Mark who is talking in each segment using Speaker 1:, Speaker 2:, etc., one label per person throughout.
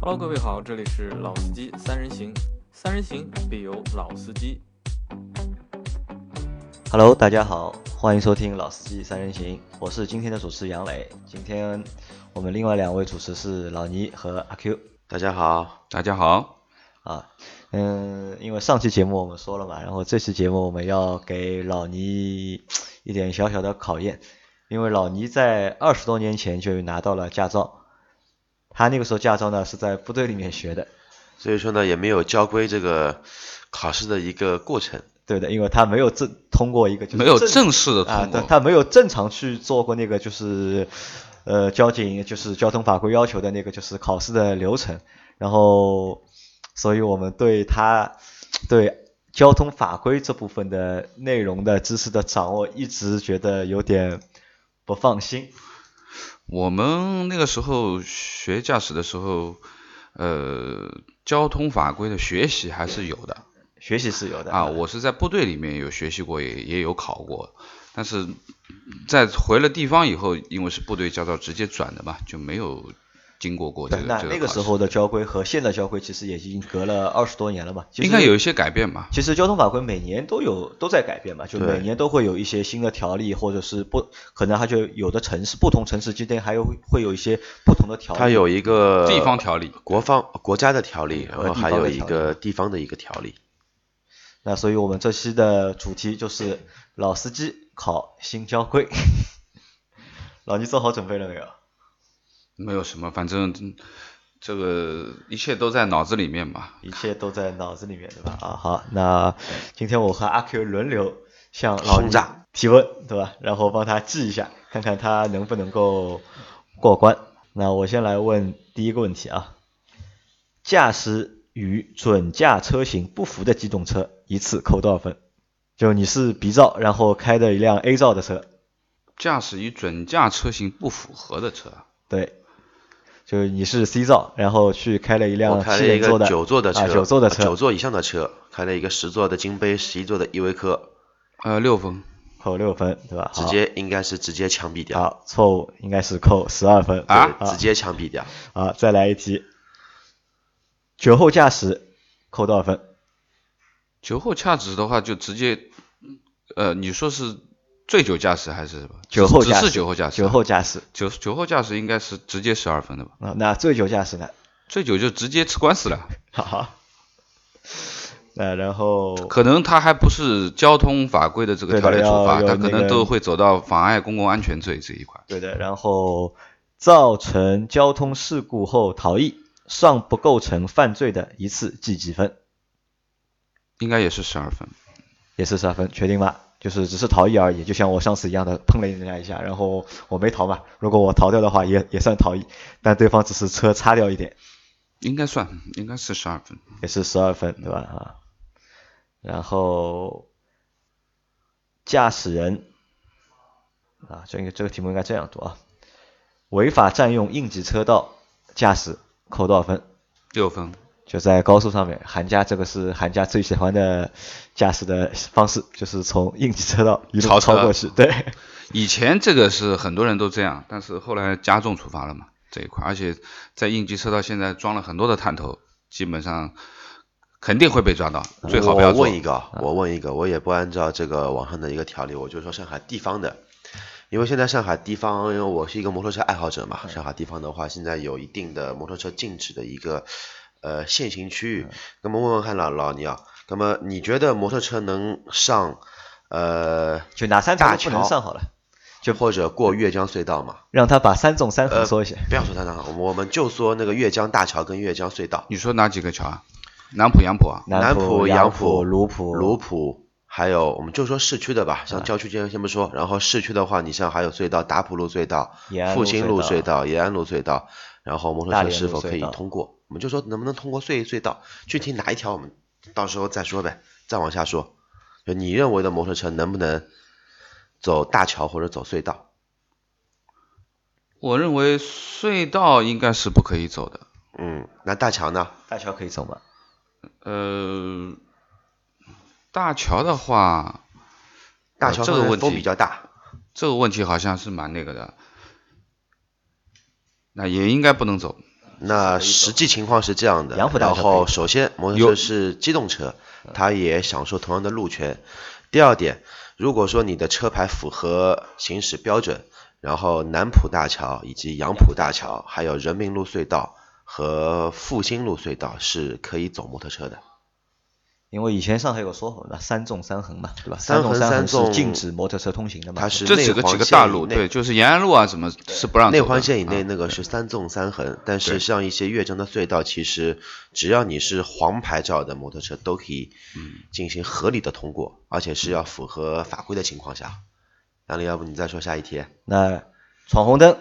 Speaker 1: Hello，各位好，这里是老司机三人行，三人行必有老司机。
Speaker 2: Hello，大家好，欢迎收听《老司机三人行》，我是今天的主持杨磊。今天我们另外两位主持是老倪和阿 Q
Speaker 3: 大家好，
Speaker 4: 大家好，
Speaker 2: 啊。嗯，因为上期节目我们说了嘛，然后这期节目我们要给老倪一点小小的考验，因为老倪在二十多年前就拿到了驾照，他那个时候驾照呢是在部队里面学的，
Speaker 3: 所以说呢，也没有交规这个考试的一个过程，
Speaker 2: 对的，因为他没有正通过一个就是
Speaker 4: 没有
Speaker 2: 正
Speaker 4: 正式的
Speaker 2: 啊，
Speaker 4: 通
Speaker 2: 对，
Speaker 4: 过，
Speaker 2: 他没有正常去做过那个就是呃交警就是交通法规要求的那个就是考试的流程，然后所以我们对他对交通法规这部分的内容的知识的掌握一直觉得有点不放心。
Speaker 4: 我们那个时候学驾驶的时候，呃，交通法规的学习还是有的
Speaker 2: 学习是有的
Speaker 4: 啊。我是在部队里面有学习过，也也有考过，但是在回了地方以后，因为是部队驾照直接转的嘛，就没有经过过这
Speaker 2: 对
Speaker 4: 个
Speaker 2: 那
Speaker 4: 这
Speaker 2: 那
Speaker 4: 个
Speaker 2: 个
Speaker 4: 考
Speaker 2: 时
Speaker 4: 试
Speaker 2: 候的交规和现在交规其实也已经隔了二十多年了嘛，其实
Speaker 4: 应该有一些改变吧。
Speaker 2: 其实交通法规每年都有都在改变嘛，就
Speaker 3: 对
Speaker 2: 每年都会有一些新的条例，或者是不可能它就有的城市不同城市之间还有会有一些不同的条例。
Speaker 3: 它有一
Speaker 2: 呃
Speaker 3: 个
Speaker 4: 地方条例，
Speaker 3: 国方国家的条例，然
Speaker 2: 和地
Speaker 3: 后还
Speaker 2: 方
Speaker 3: 有
Speaker 2: 的
Speaker 3: 一
Speaker 2: 条
Speaker 3: 个地方的一个条例。
Speaker 2: 那所以我们这期的主题就是老司机考新交规。 老倪做好准备了没有？
Speaker 4: 没有什么，反正嗯这个一切都在脑子里面嘛。
Speaker 2: 一切都在脑子里面，对吧？啊，好，那今天我和阿 Q 轮流向老
Speaker 3: 轰
Speaker 2: 倪
Speaker 3: 炸
Speaker 2: 提问，对吧？然后帮他记一下，看看他能不能够过关。那我先来问第一个问题啊，驾驶与准驾车型不符的机动车，一次扣多少分？就你是 B 照，然后开的一辆 A 照的车，
Speaker 4: 驾驶与准驾车型不符合的车，
Speaker 2: 对，就是你是 C 照，然后去开了一
Speaker 3: 我
Speaker 2: 辆
Speaker 3: 开
Speaker 2: 七
Speaker 3: 了一
Speaker 2: 人座
Speaker 3: 个
Speaker 2: 的
Speaker 3: 九座的车，
Speaker 2: 啊，九座的车，
Speaker 3: 九座以上的车，开了一个十座的金杯，十一座的依维柯，
Speaker 4: 呃，六分。
Speaker 2: 扣六分，对吧？
Speaker 3: 直
Speaker 2: 好
Speaker 3: 接应该是直接枪毙掉，
Speaker 2: 好，错误应该是扣十二分
Speaker 4: 啊
Speaker 3: 对直接枪毙掉。
Speaker 2: 啊！再来一题，酒后驾驶扣多少分？
Speaker 4: 酒后驾驶的话，就直接，呃，你说是醉酒驾驶还是什么？
Speaker 2: 酒后驾
Speaker 4: 只
Speaker 2: 驶，
Speaker 4: 是酒后驾驶啊。
Speaker 2: 酒后驾驶
Speaker 4: 酒酒后驾驶应该是直接十二分的吧？
Speaker 2: 啊，那醉酒驾驶呢？
Speaker 4: 醉酒就直接吃官司了，
Speaker 2: 哈哈。那然后
Speaker 4: 可能他还不是交通法规的这个
Speaker 2: 对
Speaker 4: 条
Speaker 2: 的
Speaker 4: 例处罚，
Speaker 2: 要
Speaker 4: 他
Speaker 2: 要
Speaker 4: 可
Speaker 2: 那
Speaker 4: 能
Speaker 2: 个
Speaker 4: 都会走到妨碍公共安全罪这一块。
Speaker 2: 对的，然后造成交通事故后逃逸，尚不构成犯罪的，一次记几分？
Speaker 4: 应该也是十二分。
Speaker 2: 也是十二分，确定吗？就是只是逃逸而已，就像我上次一样的碰了人家一下，然后我没逃嘛。如果我逃掉的话，也也算逃逸，但对方只是车擦掉一点，
Speaker 4: 应该算，应该是十二分。
Speaker 2: 也是十二分，对吧？啊，然后驾驶人啊，这个这个题目应该这样读啊，违法占用应急车道驾驶扣多少分？
Speaker 4: 六分，
Speaker 2: 就在高速上面，韩家这个是韩家最喜欢的驾驶的方式，就是从应急车道一路
Speaker 4: 超车啊
Speaker 2: 超过去，对。
Speaker 4: 以前这个是很多人都这样，但是后来加重处罚了嘛这一块，而且在应急车道现在装了很多的探头，基本上肯定会被抓到，最好不要
Speaker 3: 嗯我
Speaker 4: 做
Speaker 3: 问。一个啊，我问一个，我也不按照这个网上的一个条例，我就说上海地方的，因为现在上海地方，因为我是一个摩托车爱好者嘛，
Speaker 4: 嗯
Speaker 3: 上海地方的话，现在有一定的摩托车禁止的一个呃限行区域。
Speaker 4: 嗯
Speaker 3: 那么问问看老老倪啊，那么你觉得摩托车能上呃
Speaker 2: 就哪三条
Speaker 3: 大
Speaker 2: 都不能
Speaker 3: 桥
Speaker 2: 上好了，
Speaker 3: 就或者过越江隧道吗？
Speaker 2: 让他把三纵三横
Speaker 3: 呃
Speaker 2: 说一下。
Speaker 3: 不要说它了，我们我们就说那个越江大桥跟越江隧道，
Speaker 4: 你说哪几个桥啊？南浦、杨浦啊？
Speaker 2: 南
Speaker 3: 浦、
Speaker 2: 杨
Speaker 3: 杨浦、
Speaker 2: 卢浦、
Speaker 3: 卢浦，还有我们就说市区的吧，像郊区间先不说，然后市区的话，你像还有隧道，达浦路隧道
Speaker 2: 延安、
Speaker 3: 复兴路
Speaker 2: 隧
Speaker 3: 隧道、延安路隧道，然后摩托
Speaker 2: 大
Speaker 3: 车
Speaker 2: 连
Speaker 3: 是
Speaker 2: 路
Speaker 3: 否
Speaker 2: 隧
Speaker 3: 可以
Speaker 2: 道
Speaker 3: 通过？我们就说能不能通过隧隧道，具体哪一条我们到时候再说呗，再往下说。就你认为的摩托车能不能走大桥或者走隧道？
Speaker 4: 我认为隧道应该是不可以走的。
Speaker 3: 嗯，那大桥呢？
Speaker 2: 大桥可以走吗？
Speaker 4: 呃，大桥的话，
Speaker 3: 大
Speaker 4: 呃
Speaker 3: 桥
Speaker 4: 这个
Speaker 3: 可能
Speaker 4: 问
Speaker 3: 风
Speaker 4: 题
Speaker 3: 比较大，
Speaker 4: 这个问题好像是蛮那个的，那也应该不能走。
Speaker 3: 那实际情况是这样的，
Speaker 2: 杨浦大
Speaker 3: 然
Speaker 2: 桥嗯可以
Speaker 3: 后首先摩托
Speaker 4: 有
Speaker 3: 车是机动车，它也享受同样的路权。第二点，如果说你的车牌符合行驶标准，然后南浦大桥以及杨浦大桥，还有人民路隧道和复兴路隧道是可以走摩托车的。
Speaker 2: 因为以前上海有个说法嘛，三纵三横嘛，对吧？
Speaker 3: 三
Speaker 2: 纵
Speaker 3: 横
Speaker 2: 三
Speaker 3: 三
Speaker 2: 横是
Speaker 3: 纵
Speaker 2: 禁止摩托车通行的嘛。
Speaker 3: 它是
Speaker 4: 这
Speaker 3: 内
Speaker 4: 几个
Speaker 3: 环
Speaker 4: 几个
Speaker 3: 线
Speaker 4: 大
Speaker 3: 以
Speaker 4: 路，
Speaker 3: 内
Speaker 4: 对，就是延安路啊什么是不让走
Speaker 3: 内
Speaker 4: 的
Speaker 3: 环线以内
Speaker 4: 啊
Speaker 3: 那个是三纵三横，但是像一些越征的隧道，其实只要你是黄牌照的摩托车，都可以
Speaker 4: 嗯
Speaker 3: 进行合理的通过，而且是要符合法规的情况下。杨林，要不你再说下一题？
Speaker 2: 那闯红灯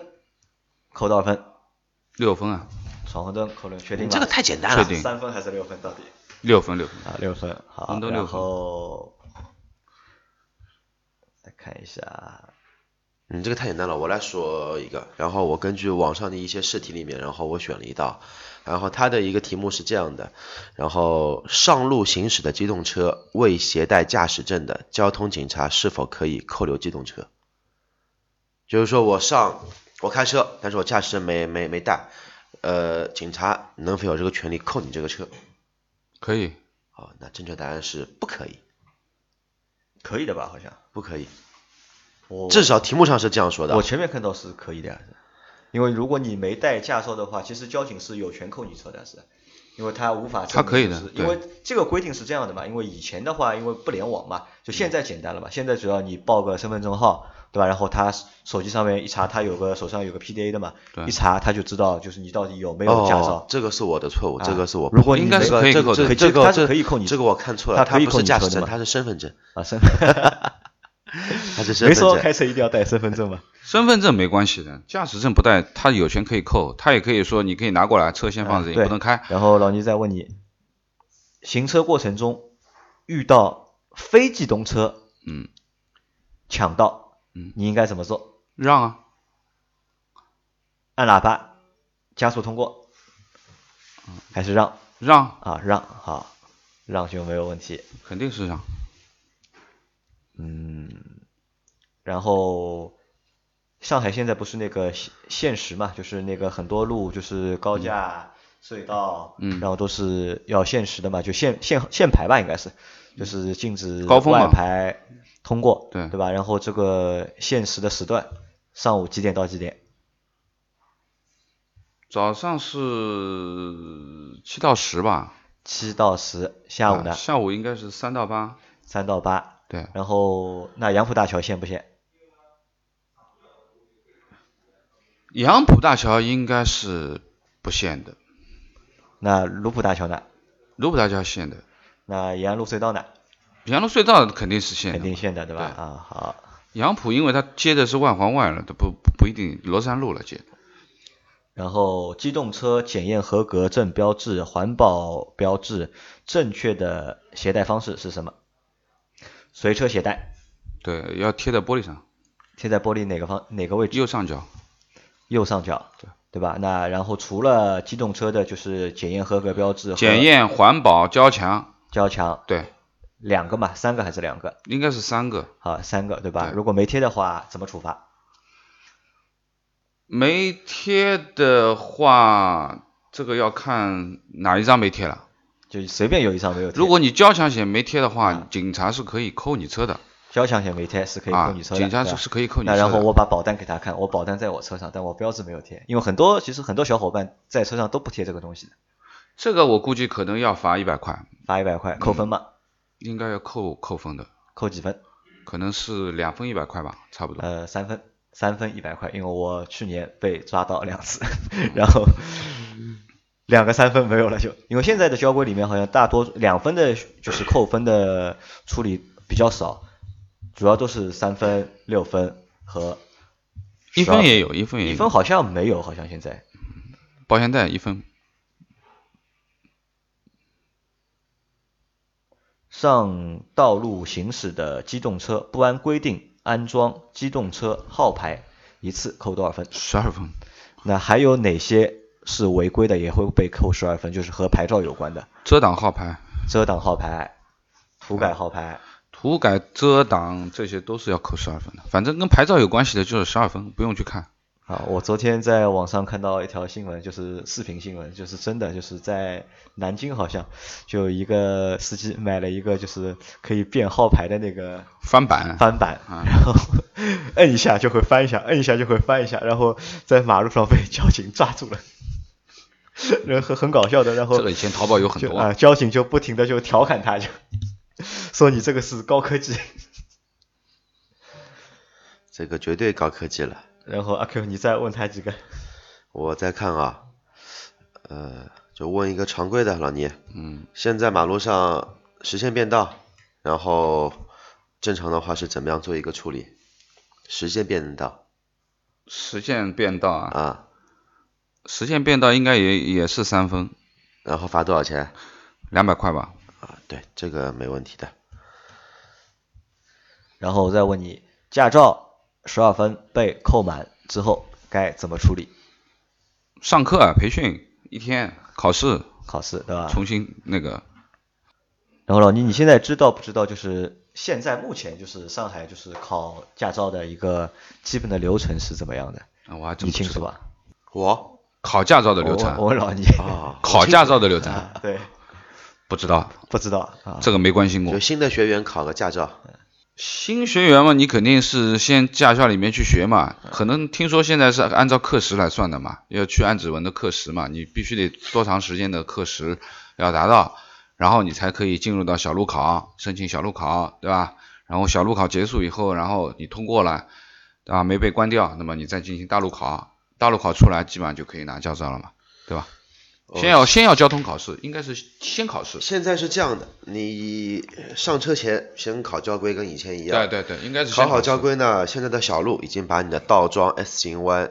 Speaker 2: 扣多少分？
Speaker 4: 六分啊，
Speaker 2: 闯红灯扣了，确定吗？
Speaker 3: 你
Speaker 2: 啊
Speaker 3: 这个太简单
Speaker 4: 确
Speaker 3: 了。
Speaker 4: 定
Speaker 2: 三分还是六分到底？
Speaker 4: 六分六分。
Speaker 2: 啊，六分，好，
Speaker 4: 红灯
Speaker 2: 然
Speaker 4: 六分
Speaker 2: 后再看一下，
Speaker 3: 你嗯这个太简单了，我来说一个。然后我根据网上的一些试题里面，然后我选了一道。然后它的一个题目是这样的：然后上路行驶的机动车未携带驾驶证的，交通警察是否可以扣留机动车？就是说我上我开车，但是我驾驶证没没没带，呃，警察能否有这个权利扣你这个车？
Speaker 4: 可以，
Speaker 3: 好，那正确答案是不可以，
Speaker 2: 可以的吧？好像
Speaker 3: 不可以。
Speaker 2: 我
Speaker 3: 至少题目上是这样说的。
Speaker 2: 我前面看到是可以的呀，因为如果你没带驾照的话，其实交警是有权扣你车的，是，因为他无法证
Speaker 4: 他可以
Speaker 2: 明就
Speaker 4: 的
Speaker 2: 是
Speaker 4: 对
Speaker 2: 因为这个规定是这样的嘛，因为以前的话，因为不联网嘛，就现在简单了嘛，现在只要你报个身份证号，对吧？然后他手机上面一查，他有个手上有个 PDA 的嘛，
Speaker 4: 对
Speaker 2: 一查他就知道就是你到底有没有驾
Speaker 3: 哦
Speaker 2: 照，，
Speaker 3: 这个是我的错误，
Speaker 2: 啊
Speaker 3: 这个是我
Speaker 2: 如果
Speaker 3: 不
Speaker 2: 你
Speaker 4: 应该
Speaker 2: 没
Speaker 4: 是
Speaker 3: 这个
Speaker 4: 可以
Speaker 3: 这
Speaker 4: 扣
Speaker 3: 个
Speaker 2: 可以它
Speaker 3: 这个这个
Speaker 4: 的
Speaker 2: 是
Speaker 3: 这个
Speaker 2: 可以扣你
Speaker 3: 这个我看错了，
Speaker 2: 它
Speaker 3: 它
Speaker 2: 可以
Speaker 3: 不
Speaker 2: 扣
Speaker 3: 是
Speaker 2: 你
Speaker 3: 驾
Speaker 2: 车
Speaker 3: 驶
Speaker 2: 的
Speaker 3: 证，
Speaker 2: 嘛
Speaker 3: 它是身份证，
Speaker 2: 啊， 身
Speaker 3: 它是身
Speaker 2: 没
Speaker 3: 份
Speaker 2: 说
Speaker 3: 证。
Speaker 2: 开车一定要带身份证嘛，
Speaker 4: 身份证没关系的，驾驶证不带，他有权可以扣，他也可以说你可以拿过来，车先放着，
Speaker 2: 啊
Speaker 4: 你
Speaker 2: 对
Speaker 4: 不能开。
Speaker 2: 然后老倪再问你，行车过程中遇到非机动车
Speaker 4: 嗯，
Speaker 2: 抢道，
Speaker 4: 嗯
Speaker 2: 你应该怎么做？
Speaker 4: 让啊，
Speaker 2: 按喇叭加速通过，
Speaker 4: 嗯
Speaker 2: 还是让
Speaker 4: 让，
Speaker 2: 啊让好，让就没有问题。
Speaker 4: 肯定是让。
Speaker 2: 嗯，然后上海现在不是那个限限时嘛，就是那个很多路就是高架、隧道，
Speaker 4: 嗯
Speaker 2: 然后都是要限时的嘛，就限限限牌吧，应该是，就是禁止
Speaker 4: 高峰嘛
Speaker 2: 外牌通过，
Speaker 4: 对
Speaker 2: 对吧？然后这个限时的时段，上午几点到几点？
Speaker 4: 早上是七到十吧，
Speaker 2: 七到十，下午
Speaker 4: 啊
Speaker 2: 呢
Speaker 4: 下午应该是三到八。
Speaker 2: 三到八，
Speaker 4: 对，
Speaker 2: 然后那杨浦大桥限不限？
Speaker 4: 杨浦大桥应该是不限的，
Speaker 2: 那卢浦大桥呢？
Speaker 4: 卢浦大桥限的，
Speaker 2: 那延安路隧道呢？
Speaker 4: 杨路隧道肯定是限
Speaker 2: 肯
Speaker 4: 的
Speaker 2: 定
Speaker 4: 嘛。
Speaker 2: 限的，对吧？
Speaker 4: 对
Speaker 2: 啊，好。
Speaker 4: 杨浦因为它接的是外环外了，它不不不一定罗山路了接。
Speaker 2: 然后机动车检验合格证标志、环保标志正确的携带方式是什么？随车携带，
Speaker 4: 对，要贴在玻璃上，
Speaker 2: 贴在玻璃哪个方哪个位置？
Speaker 4: 右上角。
Speaker 2: 右上角，
Speaker 4: 对
Speaker 2: 对吧？那然后除了机动车的，就是检验合格标志和
Speaker 4: 检验环保交强，
Speaker 2: 交强
Speaker 4: 对，
Speaker 2: 两个嘛，三个还是两个？
Speaker 4: 应该是三个。
Speaker 2: 好，三个对吧？
Speaker 4: 对
Speaker 2: 如果没贴的话，怎么处罚？
Speaker 4: 没贴的话，这个要看哪一张没贴了。
Speaker 2: 就随便有一张没有贴，
Speaker 4: 如果你交强险没贴的话，警察是可以扣你车的，
Speaker 2: 交强险没贴是可以扣
Speaker 4: 啊，
Speaker 2: 你车的，
Speaker 4: 警察
Speaker 2: 对
Speaker 4: 是
Speaker 2: 吧
Speaker 4: 是可以扣你车
Speaker 2: 那
Speaker 4: 的。
Speaker 2: 然后我把保单给他看，我保单在我车上，但我标志没有贴，因为很多其实很多小伙伴在车上都不贴这个东西的，
Speaker 4: 这个我估计可能要罚一百块，
Speaker 2: 罚一百块，扣分嘛，
Speaker 4: 应该要扣扣分的，
Speaker 2: 扣几分？
Speaker 4: 可能是两分一百块吧，差不多。
Speaker 2: 呃，三分，三分一百块，因为我去年被抓到两次， 然后两个三分没有了就，因为现在的交规里面好像大多两分的，就是扣分的处理比较少，主要都是三分、六分和
Speaker 4: 一
Speaker 2: 12
Speaker 4: 分也有，一分也
Speaker 2: 一
Speaker 4: 有，
Speaker 2: 分好像没有，好像现在。
Speaker 4: 保险带一分，
Speaker 2: 上道路行驶的机动车不按规定安装机动车号牌，一次扣多少分？
Speaker 4: 十二分。
Speaker 2: 那还有哪些是违规的，也会被扣十二分？就是和牌照有关的，
Speaker 4: 遮挡号牌、
Speaker 2: 遮挡号牌、涂改号牌。
Speaker 4: 涂改、遮挡这些都是要扣十二分的，反正跟牌照有关系的就是十二分，不用去看。
Speaker 2: 啊，我昨天在网上看到一条新闻，就是视频新闻，就是真的，就是在南京好像就有一个司机买了一个就是可以变号牌的那个
Speaker 4: 翻版，
Speaker 2: 翻板，
Speaker 4: 啊
Speaker 2: 然后 摁一下就会翻一下，摁一下就会翻一下，然后在马路上被交警抓住 了，然后很搞笑的，然后
Speaker 4: 这个以前淘宝有很
Speaker 2: 就
Speaker 4: 多
Speaker 2: 啊、
Speaker 4: 啊，
Speaker 2: 交警就不停的就调侃他，就 说你这个是高科技。
Speaker 3: 这个绝对高科技了。
Speaker 2: 然后阿 Q，你再问他几个，
Speaker 3: 我再看啊，呃，就问一个常规的老倪，
Speaker 4: 嗯，
Speaker 3: 现在马路上实线变道，然后正常的话是怎么样做一个处理？实线变道
Speaker 4: 实线变道啊，
Speaker 3: 啊，
Speaker 4: 实线变道应该也也是三分，
Speaker 3: 然后罚多少钱？
Speaker 4: 两百块吧，
Speaker 3: 啊，对，这个没问题的。
Speaker 2: 然后我再问你，驾照十二分被扣满之后该怎么处理？
Speaker 4: 上课啊，培训一天，考试
Speaker 2: 考试对吧？
Speaker 4: 重新那个
Speaker 2: 然后老倪，你现在知道不知道？就是现在目前就是上海就是考驾照的一个基本的流程是怎么样的？
Speaker 4: 啊我还真
Speaker 2: 你
Speaker 4: 不
Speaker 2: 清
Speaker 4: 知
Speaker 2: 楚
Speaker 4: 道
Speaker 2: 吧？哦
Speaker 3: 我
Speaker 4: 考驾照的流
Speaker 2: 我我
Speaker 4: 程，
Speaker 2: 问老倪，
Speaker 3: 啊，
Speaker 4: 考驾照的流程
Speaker 2: 对，
Speaker 4: 不知道，
Speaker 2: 不知道啊。
Speaker 4: 这个没关心过
Speaker 3: 就。新的学员考个驾照，
Speaker 4: 新学员嘛，你肯定是先驾校里面去学嘛，可能听说现在是按照课时来算的嘛，要去按指纹的课时嘛，你必须得多长时间的课时要达到，然后你才可以进入到小路考，申请小路考，对吧？然后小路考结束以后，然后你通过了，对吧？没被关掉，那么你再进行大路考，大路考出来基本上就可以拿驾照了嘛，对吧？
Speaker 3: 哦
Speaker 4: 先要先要交通考试，应该是先考试。
Speaker 3: 现在是这样的，你上车前先考交规，跟以前一样。
Speaker 4: 对对对，应该是先
Speaker 3: 考好
Speaker 4: 试
Speaker 3: 交规呢，现在的小路已经把你的倒桩、S 型弯、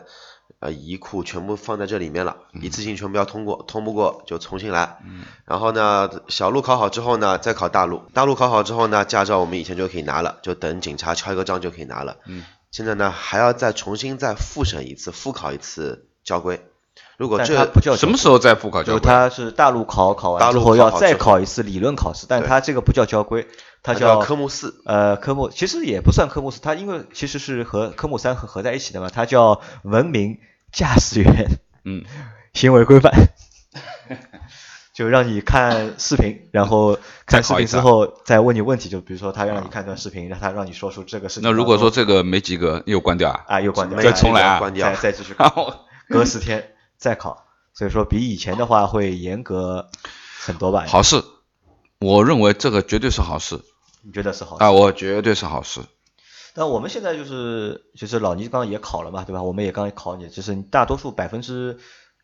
Speaker 3: 呃移库全部放在这里面了，
Speaker 4: 嗯
Speaker 3: 一次性全部要通过，通不过就重新来。然后呢，小路考好之后呢，再考大路，大路考好之后呢，驾照我们以前就可以拿了，就等警察敲一个章就可以拿了。
Speaker 4: 嗯
Speaker 3: 现在呢，还要再重新再复审一次，复考一次交规。如果
Speaker 2: 但它
Speaker 3: 这
Speaker 2: 不叫
Speaker 4: 什么时
Speaker 2: 候？
Speaker 4: 候再复考交
Speaker 2: 就是
Speaker 4: 规？
Speaker 2: 它是大陆考考完
Speaker 3: 大
Speaker 2: 之
Speaker 3: 陆
Speaker 2: 后
Speaker 3: 考
Speaker 2: 要
Speaker 3: 好
Speaker 2: 再
Speaker 3: 之后
Speaker 2: 考一次理论考试，但
Speaker 3: 对
Speaker 2: 它这个不叫交规，它
Speaker 3: 叫
Speaker 2: 叫
Speaker 3: 科目四，
Speaker 2: 呃，科目其实也不算科目四，它因为其实是和科目三合合在一起的嘛，它叫文明驾驶员
Speaker 4: 嗯，
Speaker 2: 行为 规范，就让你看视频，然后看视
Speaker 4: 考一
Speaker 2: 频
Speaker 4: 次
Speaker 2: 之
Speaker 4: 啊
Speaker 2: 后再问你问题，就比如说他让你看段视频，让他让你说出这个事情
Speaker 4: 那
Speaker 2: 当中。
Speaker 4: 如果说这个没及格，又关掉啊？
Speaker 2: 啊又关掉，
Speaker 3: 没
Speaker 4: 再
Speaker 3: 有
Speaker 4: 重来啊
Speaker 3: 关掉
Speaker 2: 再。再继 续
Speaker 4: 然
Speaker 2: 考，
Speaker 4: 后
Speaker 2: 隔十天再考，所以说比以前的话会严格很多吧？
Speaker 4: 好事，我认为这个绝对是好事
Speaker 2: 你觉得是好事
Speaker 4: 啊，我绝对是好事。
Speaker 2: 那我们现在就是就是老倪刚刚也考了嘛，对吧？我们也刚考你，就是你大多数百分之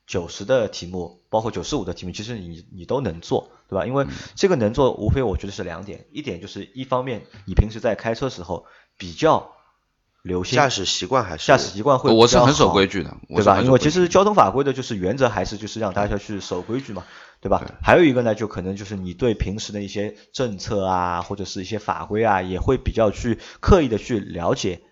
Speaker 2: 九十的题目，包括九十五的题目，其实你你都能做，对吧？因
Speaker 4: 嗯
Speaker 2: 为这个能做，无非我觉得是两点，一点就是一方面，你平时在开车时候比较留心
Speaker 3: 驾驶习惯还是
Speaker 2: 驾驶习惯会比较好，
Speaker 4: 我是很守规矩的，我
Speaker 2: 对
Speaker 4: 是
Speaker 2: 吧？
Speaker 4: 很
Speaker 2: 因
Speaker 4: 守
Speaker 2: 为
Speaker 4: 规矩
Speaker 2: 其实交通法规的就是原则还是就是让大家去守规矩嘛，对吧？还有一个呢，就可能就是你对平时的一些政策啊，或者是一些法规啊，也会比较去刻意的去了解。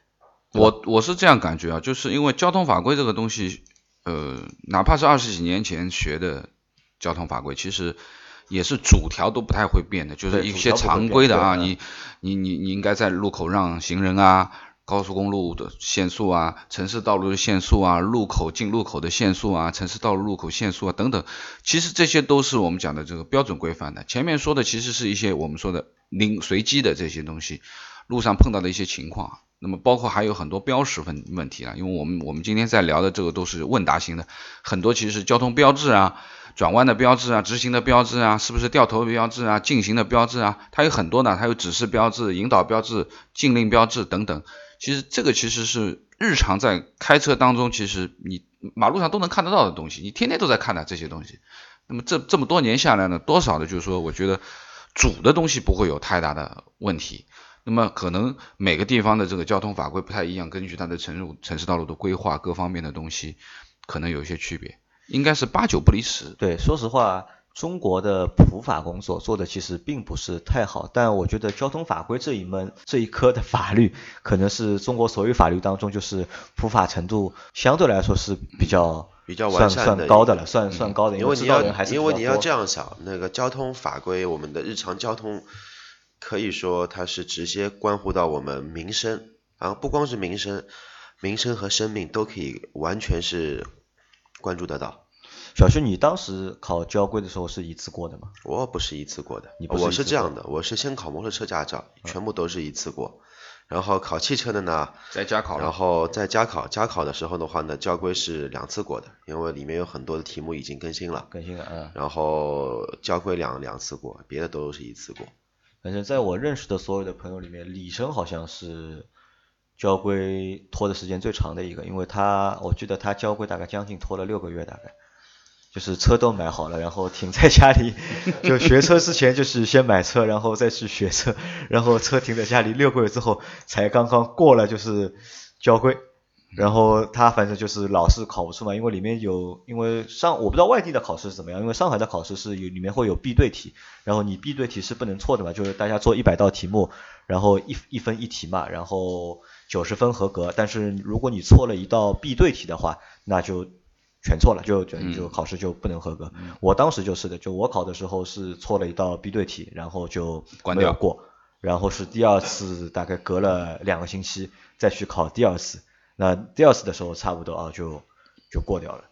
Speaker 4: 我我是这样感觉啊，就是因为交通法规这个东西，呃，哪怕是二十几年前学的交通法规，其实也是主条都不太会变的，就是
Speaker 2: 对
Speaker 4: 一
Speaker 2: 主
Speaker 4: 些
Speaker 2: 条不会
Speaker 4: 常规的啊，
Speaker 2: 变对嗯
Speaker 4: 你你你你应该在路口让行人啊。高速公路的限速啊，城市道路的限速啊，路口进入口的限速啊，城市道路入口限速啊，等等，其实这些都是我们讲的这个标准规范的。前面说的其实是一些我们说的零随机的这些东西，路上碰到的一些情况。那么包括还有很多标识问问题啊，因为我们我们今天在聊的这个都是问答型的，很多其实是交通标志啊、转弯的标志啊、直行的标志啊、是不是掉头的标志啊、进行的标志啊，它有很多呢，它有指示标志、引导标志、禁令标志等等。其实这个其实是日常在开车当中，其实你马路上都能看得到的东西，你天天都在看的这些东西。那么这这么多年下来呢，多少的就是说，我觉得主的东西不会有太大的问题。那么可能每个地方的这个交通法规不太一样，根据它的城路、城市道路的规划各方面的东西，可能有一些区别，应该是八九不离十。
Speaker 2: 对，说实话，中国的普法工作做的其实并不是太好，但我觉得交通法规这一门这一科的法律，可能是中国所有法律当中就是普法程度相对来说是比较
Speaker 3: 比较
Speaker 2: 算
Speaker 3: 完善的
Speaker 2: 算
Speaker 3: 一
Speaker 2: 高
Speaker 3: 个嗯
Speaker 2: 的了，算算高的，
Speaker 3: 因
Speaker 2: 为
Speaker 3: 为
Speaker 2: 知
Speaker 3: 你
Speaker 2: 道
Speaker 3: 要
Speaker 2: 的人还是
Speaker 3: 因为你要这
Speaker 2: 样，
Speaker 3: 样想，那个交通法规，我们的日常交通可以说它是直接关乎到我们民生，啊，不光是民生，民生和生命都可以完全是关注得到。
Speaker 2: 小旭，你当时考交规的时候是一次过的吗？
Speaker 3: 我不是一次过的，
Speaker 2: 你不是一
Speaker 3: 我
Speaker 2: 次
Speaker 3: 是这样的，我是先考摩托车驾照，全部都是一次过，然后考汽车的呢，
Speaker 4: 在家考
Speaker 3: 然
Speaker 4: 了，
Speaker 3: 后在加考，加考的时候的话呢，交规是两次过的，因为里面有很多的题目已经更新了，
Speaker 2: 更新了，嗯。
Speaker 3: 然后交规两两次过，别的都是一次过。
Speaker 2: 反正在我认识的所有的朋友里面，李生好像是交规拖的时间最长的一个，因为他我记得他交规大概将近拖了六个月，大概就是车都买好了，然后停在家里， 就学车之前就是先买车，然后再去学车，然后车停在家里六个月之后才刚刚过了就是交规。然后他反正就是老是考不出嘛，因为里面有，因为上我不知道外地的考试是怎么样，因为上海的考试是有里面会有必对题，然后你必对题是不能错的嘛，就是大家做一百道题目，然后一一分一题嘛，然后九十分合格。但是如果你错了一道必对题的话，那就全错了，就就就考试就不能合格。我当时就是的，就我考的时候是错了一道必对题，然后就
Speaker 4: 关
Speaker 2: 没有
Speaker 4: 掉
Speaker 2: 过。然后是第二次，大概隔了两个星期再去考第二次。那第二次的时候差不多啊，就就过掉了。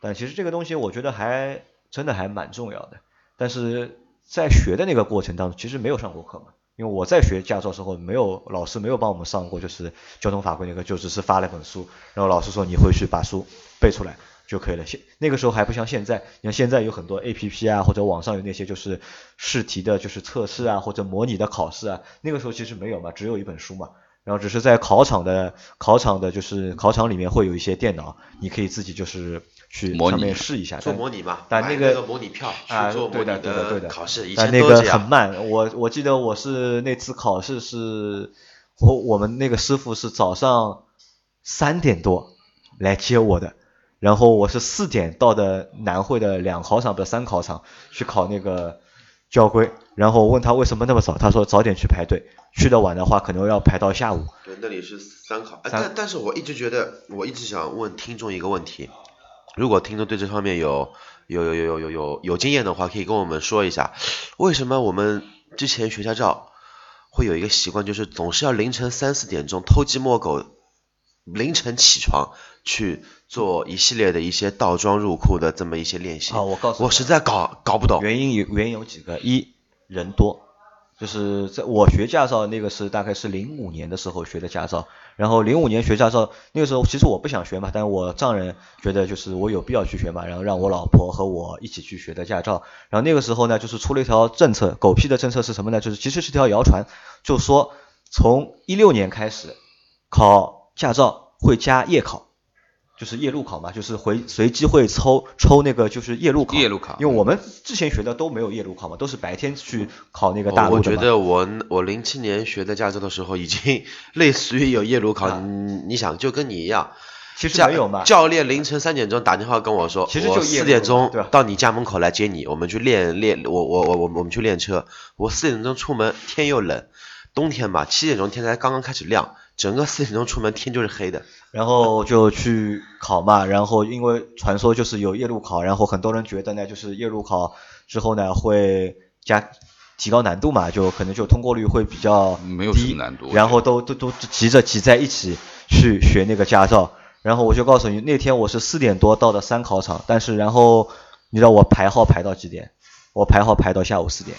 Speaker 2: 但其实这个东西我觉得还真的还蛮重要的。但是在学的那个过程当中，其实没有上过课嘛，因为我在学驾照时候没有老师没有帮我们上过，就是交通法规那个，就只是发了本书，然后老师说你回去把书背出来就可以了。现那个时候还不像现在，你看现在有很多 A P P 啊，或者网上有那些就是试题的，就是测试啊，或者模拟的考试啊，那个时候其实没有嘛，只有一本书嘛。然后只是在考场的考场的，就是考场里面会有一些电脑，你可以自己就是去
Speaker 4: 模拟
Speaker 2: 上面试一下。
Speaker 3: 做
Speaker 2: 但
Speaker 3: 模拟嘛，
Speaker 2: 但
Speaker 3: 买
Speaker 2: 那
Speaker 3: 那
Speaker 2: 个
Speaker 3: 模拟票
Speaker 2: 啊
Speaker 3: 去做模
Speaker 2: 对
Speaker 3: 拟
Speaker 2: 的对的对的
Speaker 3: 考试，以
Speaker 2: 但呃那
Speaker 3: 前都
Speaker 2: 个
Speaker 3: 这
Speaker 2: 很
Speaker 3: 样。
Speaker 2: 慢，我我记得我是那次考试是，我我们那个师傅是早上三点多来接我的，然后我是四点到的南汇的两考场不是三考场去考那个交规，然后我问他为什么那么早，他说早点去排队，去的晚的话可能要排到下午。
Speaker 3: 对，那里是三考，哎
Speaker 2: 三
Speaker 3: 但但是我一直觉得，我一直想问听众一个问题，如果听众对这方面有有有有有有有有经验的话，可以跟我们说一下，为什么我们之前学驾照会有一个习惯，就是总是要凌晨三四点钟偷鸡摸狗，凌晨起床去做一系列的一些倒装入库的这么一些练习，
Speaker 2: 啊，我告诉你，
Speaker 3: 哦我实在搞搞不懂。
Speaker 2: 原因有原因有几个，一人多，就是在我学驾照那个是大概是零五年的时候学的驾照，然后零五年学驾照那个时候其实我不想学嘛，但我丈人觉得就是我有必要去学嘛，然后让我老婆和我一起去学的驾照，然后那个时候呢就是出了一条政策，狗屁的政策是什么呢？就是其实是条谣传，就说从一六年开始考驾照会加夜考。就是夜路考嘛，就是回随机会抽抽那个就是夜路考，
Speaker 4: 夜路考
Speaker 2: 因为我们之前学的都没有夜路考嘛，都是白天去考那个
Speaker 4: 哦
Speaker 2: 大
Speaker 3: 哦
Speaker 2: 路
Speaker 3: 我
Speaker 2: 的
Speaker 3: 觉
Speaker 2: 嘛。
Speaker 3: 得我我零七年学的驾照的时候，已经 类似于有夜路考，
Speaker 2: 啊
Speaker 3: 你你想就跟你一样，
Speaker 2: 其实
Speaker 3: 教
Speaker 2: 没有嘛，
Speaker 3: 教练凌晨三点钟打电话跟我说，
Speaker 2: 其实就
Speaker 3: 我
Speaker 2: 夜路
Speaker 3: 四点钟
Speaker 2: 对吧
Speaker 3: 到你家门口来接你，我们去练练，我我我我我们去练车。我四点钟出门，天又冷，冬天嘛，七点钟天才刚刚开始亮，整个四点钟出门天就是黑的。
Speaker 2: 然后就去考嘛，然后因为传说就是有夜路考，然后很多人觉得呢，就是夜路考之后呢会加提高难度嘛，就可能就通过率会比较低，
Speaker 4: 没有什么难度我觉得
Speaker 2: 然后都都都急着挤在一起去学那个驾照。然后我就告诉你，那天我是四点多到的三考场，但是然后你知道我排号排到几点？我排号排到下午四点。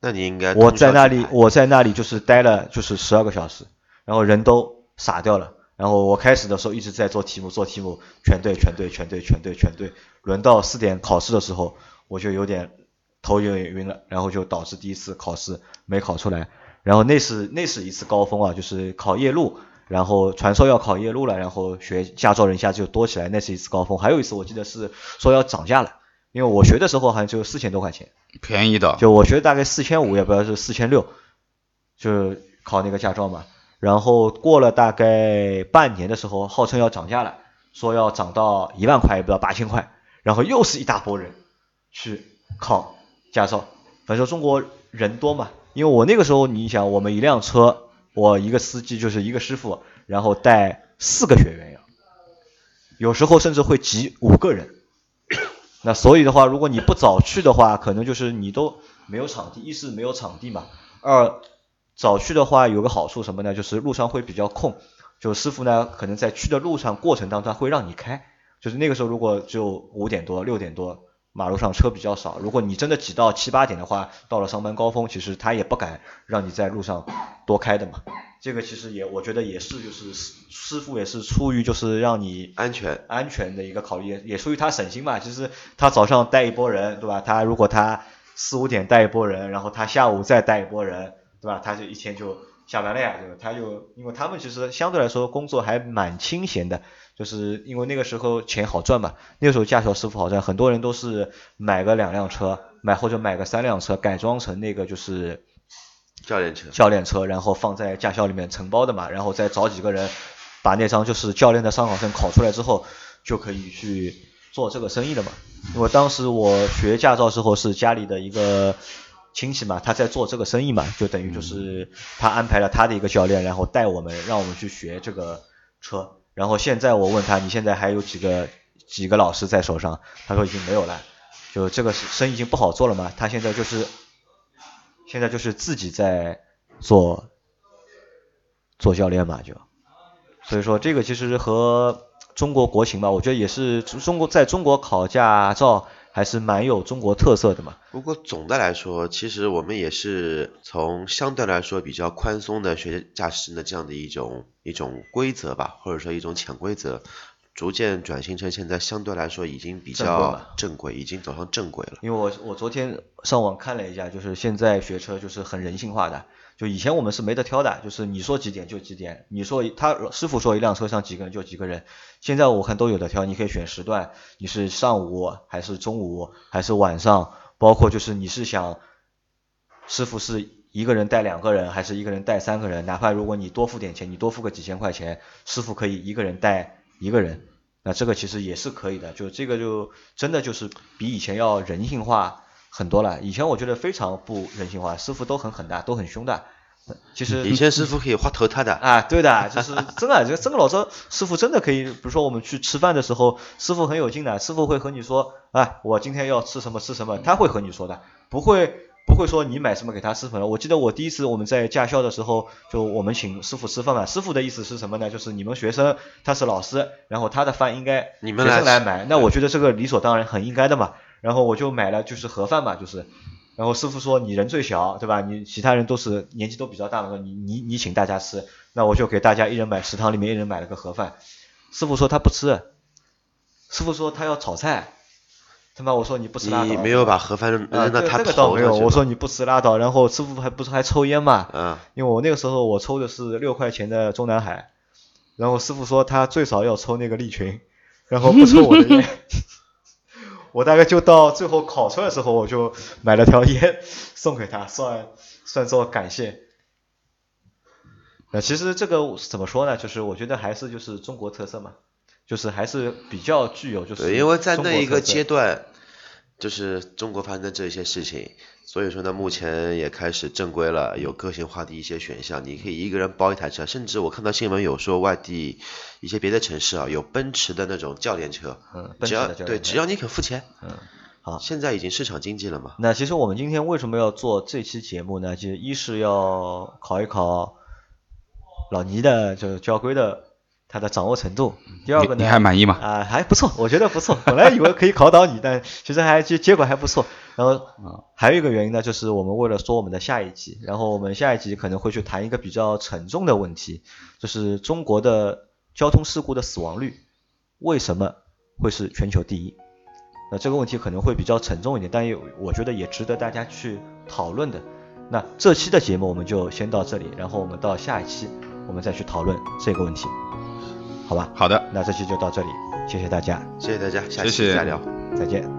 Speaker 3: 那你应该
Speaker 2: 我
Speaker 3: 通
Speaker 2: 在
Speaker 3: 宵
Speaker 2: 那
Speaker 3: 去
Speaker 2: 里
Speaker 3: 排，
Speaker 2: 我在那里就是待了就是十二个小时，然后人都傻掉了。然后我开始的时候一直在做题目，做题目，全对，全对，全对，全对，全对。轮到四点考试的时候，我就有点头有点晕了，然后就导致第一次考试没考出来。然后那是那是一次高峰啊，就是考夜路，然后传说要考夜路了，然后学驾照人一下就多起来，那是一次高峰。还有一次我记得是说要涨价了，因为我学的时候好像就四千多块钱。
Speaker 4: 便宜的，
Speaker 2: 就我学大概四千五，也不知道是四千六，就是考那个驾照嘛。然后过了大概半年的时候，号称要涨价了，说要涨到一万块，也不知道八千块。然后又是一大波人去考驾照，反正中国人多嘛。因为我那个时候，你想，我们一辆车，我一个司机就是一个师傅，然后带四个学员呀，有时候甚至会挤五个人。那所以的话，如果你不早去的话，可能就是你都没有场地，一是没有场地嘛，二早去的话有个好处什么呢？就是路上会比较空，就师傅呢，可能在去的路上过程当中他会让你开，就是那个时候如果只有五点多六点多，马路上车比较少，如果你真的挤到七八点的话，到了上班高峰，其实他也不敢让你在路上多开的嘛。这个其实也我觉得也是，就是师师傅也是出于就是让你
Speaker 3: 安全，
Speaker 2: 安全的一个考虑，也也出于他省心嘛。其实他早上带一波人，对吧？他如果他四五点带一波人，然后他下午再带一波人，对吧？他就一天就下完了呀，对吧？他就因为他们其实相对来说工作还蛮清闲的，就是因为那个时候钱好赚嘛，那个时候驾校师傅好赚，很多人都是买个两辆车，买或者买个三辆车，改装成那个就是
Speaker 3: 教练车，
Speaker 2: 教练车，然后放在驾校里面承包的嘛，然后再找几个人把那张就是教练的参考证考出来之后，就可以去做这个生意的嘛。因为当时我学驾照时候是家里的一个亲戚嘛，他在做这个生意嘛，就等于就是他安排了他的一个教练，然后带我们让我们去学这个车。然后现在我问他，你现在还有几个几个老师在手上？他说已经没有了，就这个生意已经不好做了嘛。他现在就是现在就是自己在做做教练嘛，就所以说这个其实和中国国情吧，我觉得也是中国在中国考驾照还是蛮有中国特色的嘛。
Speaker 3: 不过总的来说，其实我们也是从相对来说比较宽松的学驾驶的这样的一种一种规则吧，或者说一种潜规则，逐渐转型成现在相对来说已经比
Speaker 2: 正规
Speaker 3: 较
Speaker 2: 了
Speaker 3: 正轨，已经走上正轨了。
Speaker 2: 因为我我昨天上网看了一下，就是现在学车就是很人性化的，就以前我们是没得挑的，就是你说几点就几点，你说一他师傅说一辆车上几个人就几个人，现在我看都有的挑，你可以选时段，你是上午还是中午还是晚上，包括就是你是想师傅是一个人带两个人还是一个人带三个人，哪怕如果你多付点钱，你多付个几千块钱，师傅可以一个人带一个人，那这个其实也是可以的，就这个就真的就是比以前要人性化很多了。以前我觉得非常不人性化，师傅都很狠的，都很凶的。其实
Speaker 3: 以前师傅可以花头他的，
Speaker 2: 啊，对的，就是真的，这真的老师师傅真的可以，比如说我们去吃饭的时候，师傅很有劲的，师傅会和你说，哎，我今天要吃什么吃什么，他会和你说的，不会不会说你买什么给他师傅了。我记得我第一次我们在驾校的时候，就我们请师傅吃饭嘛，师傅的意思是什么呢？就是你们学生他是老师，然后他的饭应该
Speaker 3: 你们
Speaker 2: 学
Speaker 3: 来
Speaker 2: 生来
Speaker 3: 吃
Speaker 2: 买，那我觉得这个理所当然，很应该的嘛。然后我就买了就是盒饭嘛，就是。然后师傅说你人最小，对吧？你其他人都是年纪都比较大了，你你你请大家吃，那我就给大家一人买食堂里面一人买了个盒饭。师傅说他不吃，师傅说他要炒菜，他妈我说你不嗯吃拉倒。
Speaker 3: 你没有把盒饭扔
Speaker 2: 啊，
Speaker 3: 扔到
Speaker 2: 这
Speaker 3: 他
Speaker 2: 这个倒
Speaker 3: 头
Speaker 2: 没有，
Speaker 3: 上去
Speaker 2: 我
Speaker 3: 吗？
Speaker 2: 说你不吃拉倒。然后师傅还不是还抽烟嘛，
Speaker 3: 嗯，
Speaker 2: 因为我那个时候我抽的是六块钱的中南海，然后师傅说他最少要抽那个利群，然后不抽我的烟。我大概就到最后考出来的时候，我就买了条烟送给他，算算作感谢。那其实这个怎么说呢？就是我觉得还是就是中国特色嘛，就是还是比较具有就是
Speaker 3: 对，因为在
Speaker 2: 中国
Speaker 3: 那一个
Speaker 2: 特色
Speaker 3: 阶段，就是中国发生的这些事情，所以说呢，目前也开始正规了，有个性化的一些选项，你可以一个人包一台车，甚至我看到新闻有说外地一些别的城市啊，有奔驰的那种教练车，
Speaker 2: 嗯，奔
Speaker 3: 只
Speaker 2: 驰
Speaker 3: 要
Speaker 2: 的教
Speaker 3: 对，
Speaker 2: 练车
Speaker 3: 只要你肯付钱，
Speaker 2: 嗯好
Speaker 3: 现在已经市场经济了嘛，
Speaker 2: 那其实我们今天为什么要做这期节目呢？其实一是要考一考老倪的就是交规的他的掌握程度，第二个
Speaker 4: 你
Speaker 2: 呢
Speaker 4: 你还满意吗？
Speaker 2: 啊、还不错，我觉得不错。本来以为可以考倒你，但其实还结结果还不错。然后
Speaker 4: 嗯
Speaker 2: 还有一个原因呢，就是我们为了说我们的下一集，然后我们下一集可能会去谈一个比较沉重的问题，就是中国的交通事故的死亡率为什么会是全球第一？那这个问题可能会比较沉重一点，但也我觉得也值得大家去讨论的。那这期的节目我们就先到这里，然后我们到下一期我们再去讨论这个问题，好吧？
Speaker 4: 好的，
Speaker 2: 那这期就到这里，谢谢大家，
Speaker 3: 谢谢大家，下
Speaker 4: 谢
Speaker 3: 期
Speaker 4: 谢
Speaker 3: 再聊。
Speaker 2: 再见。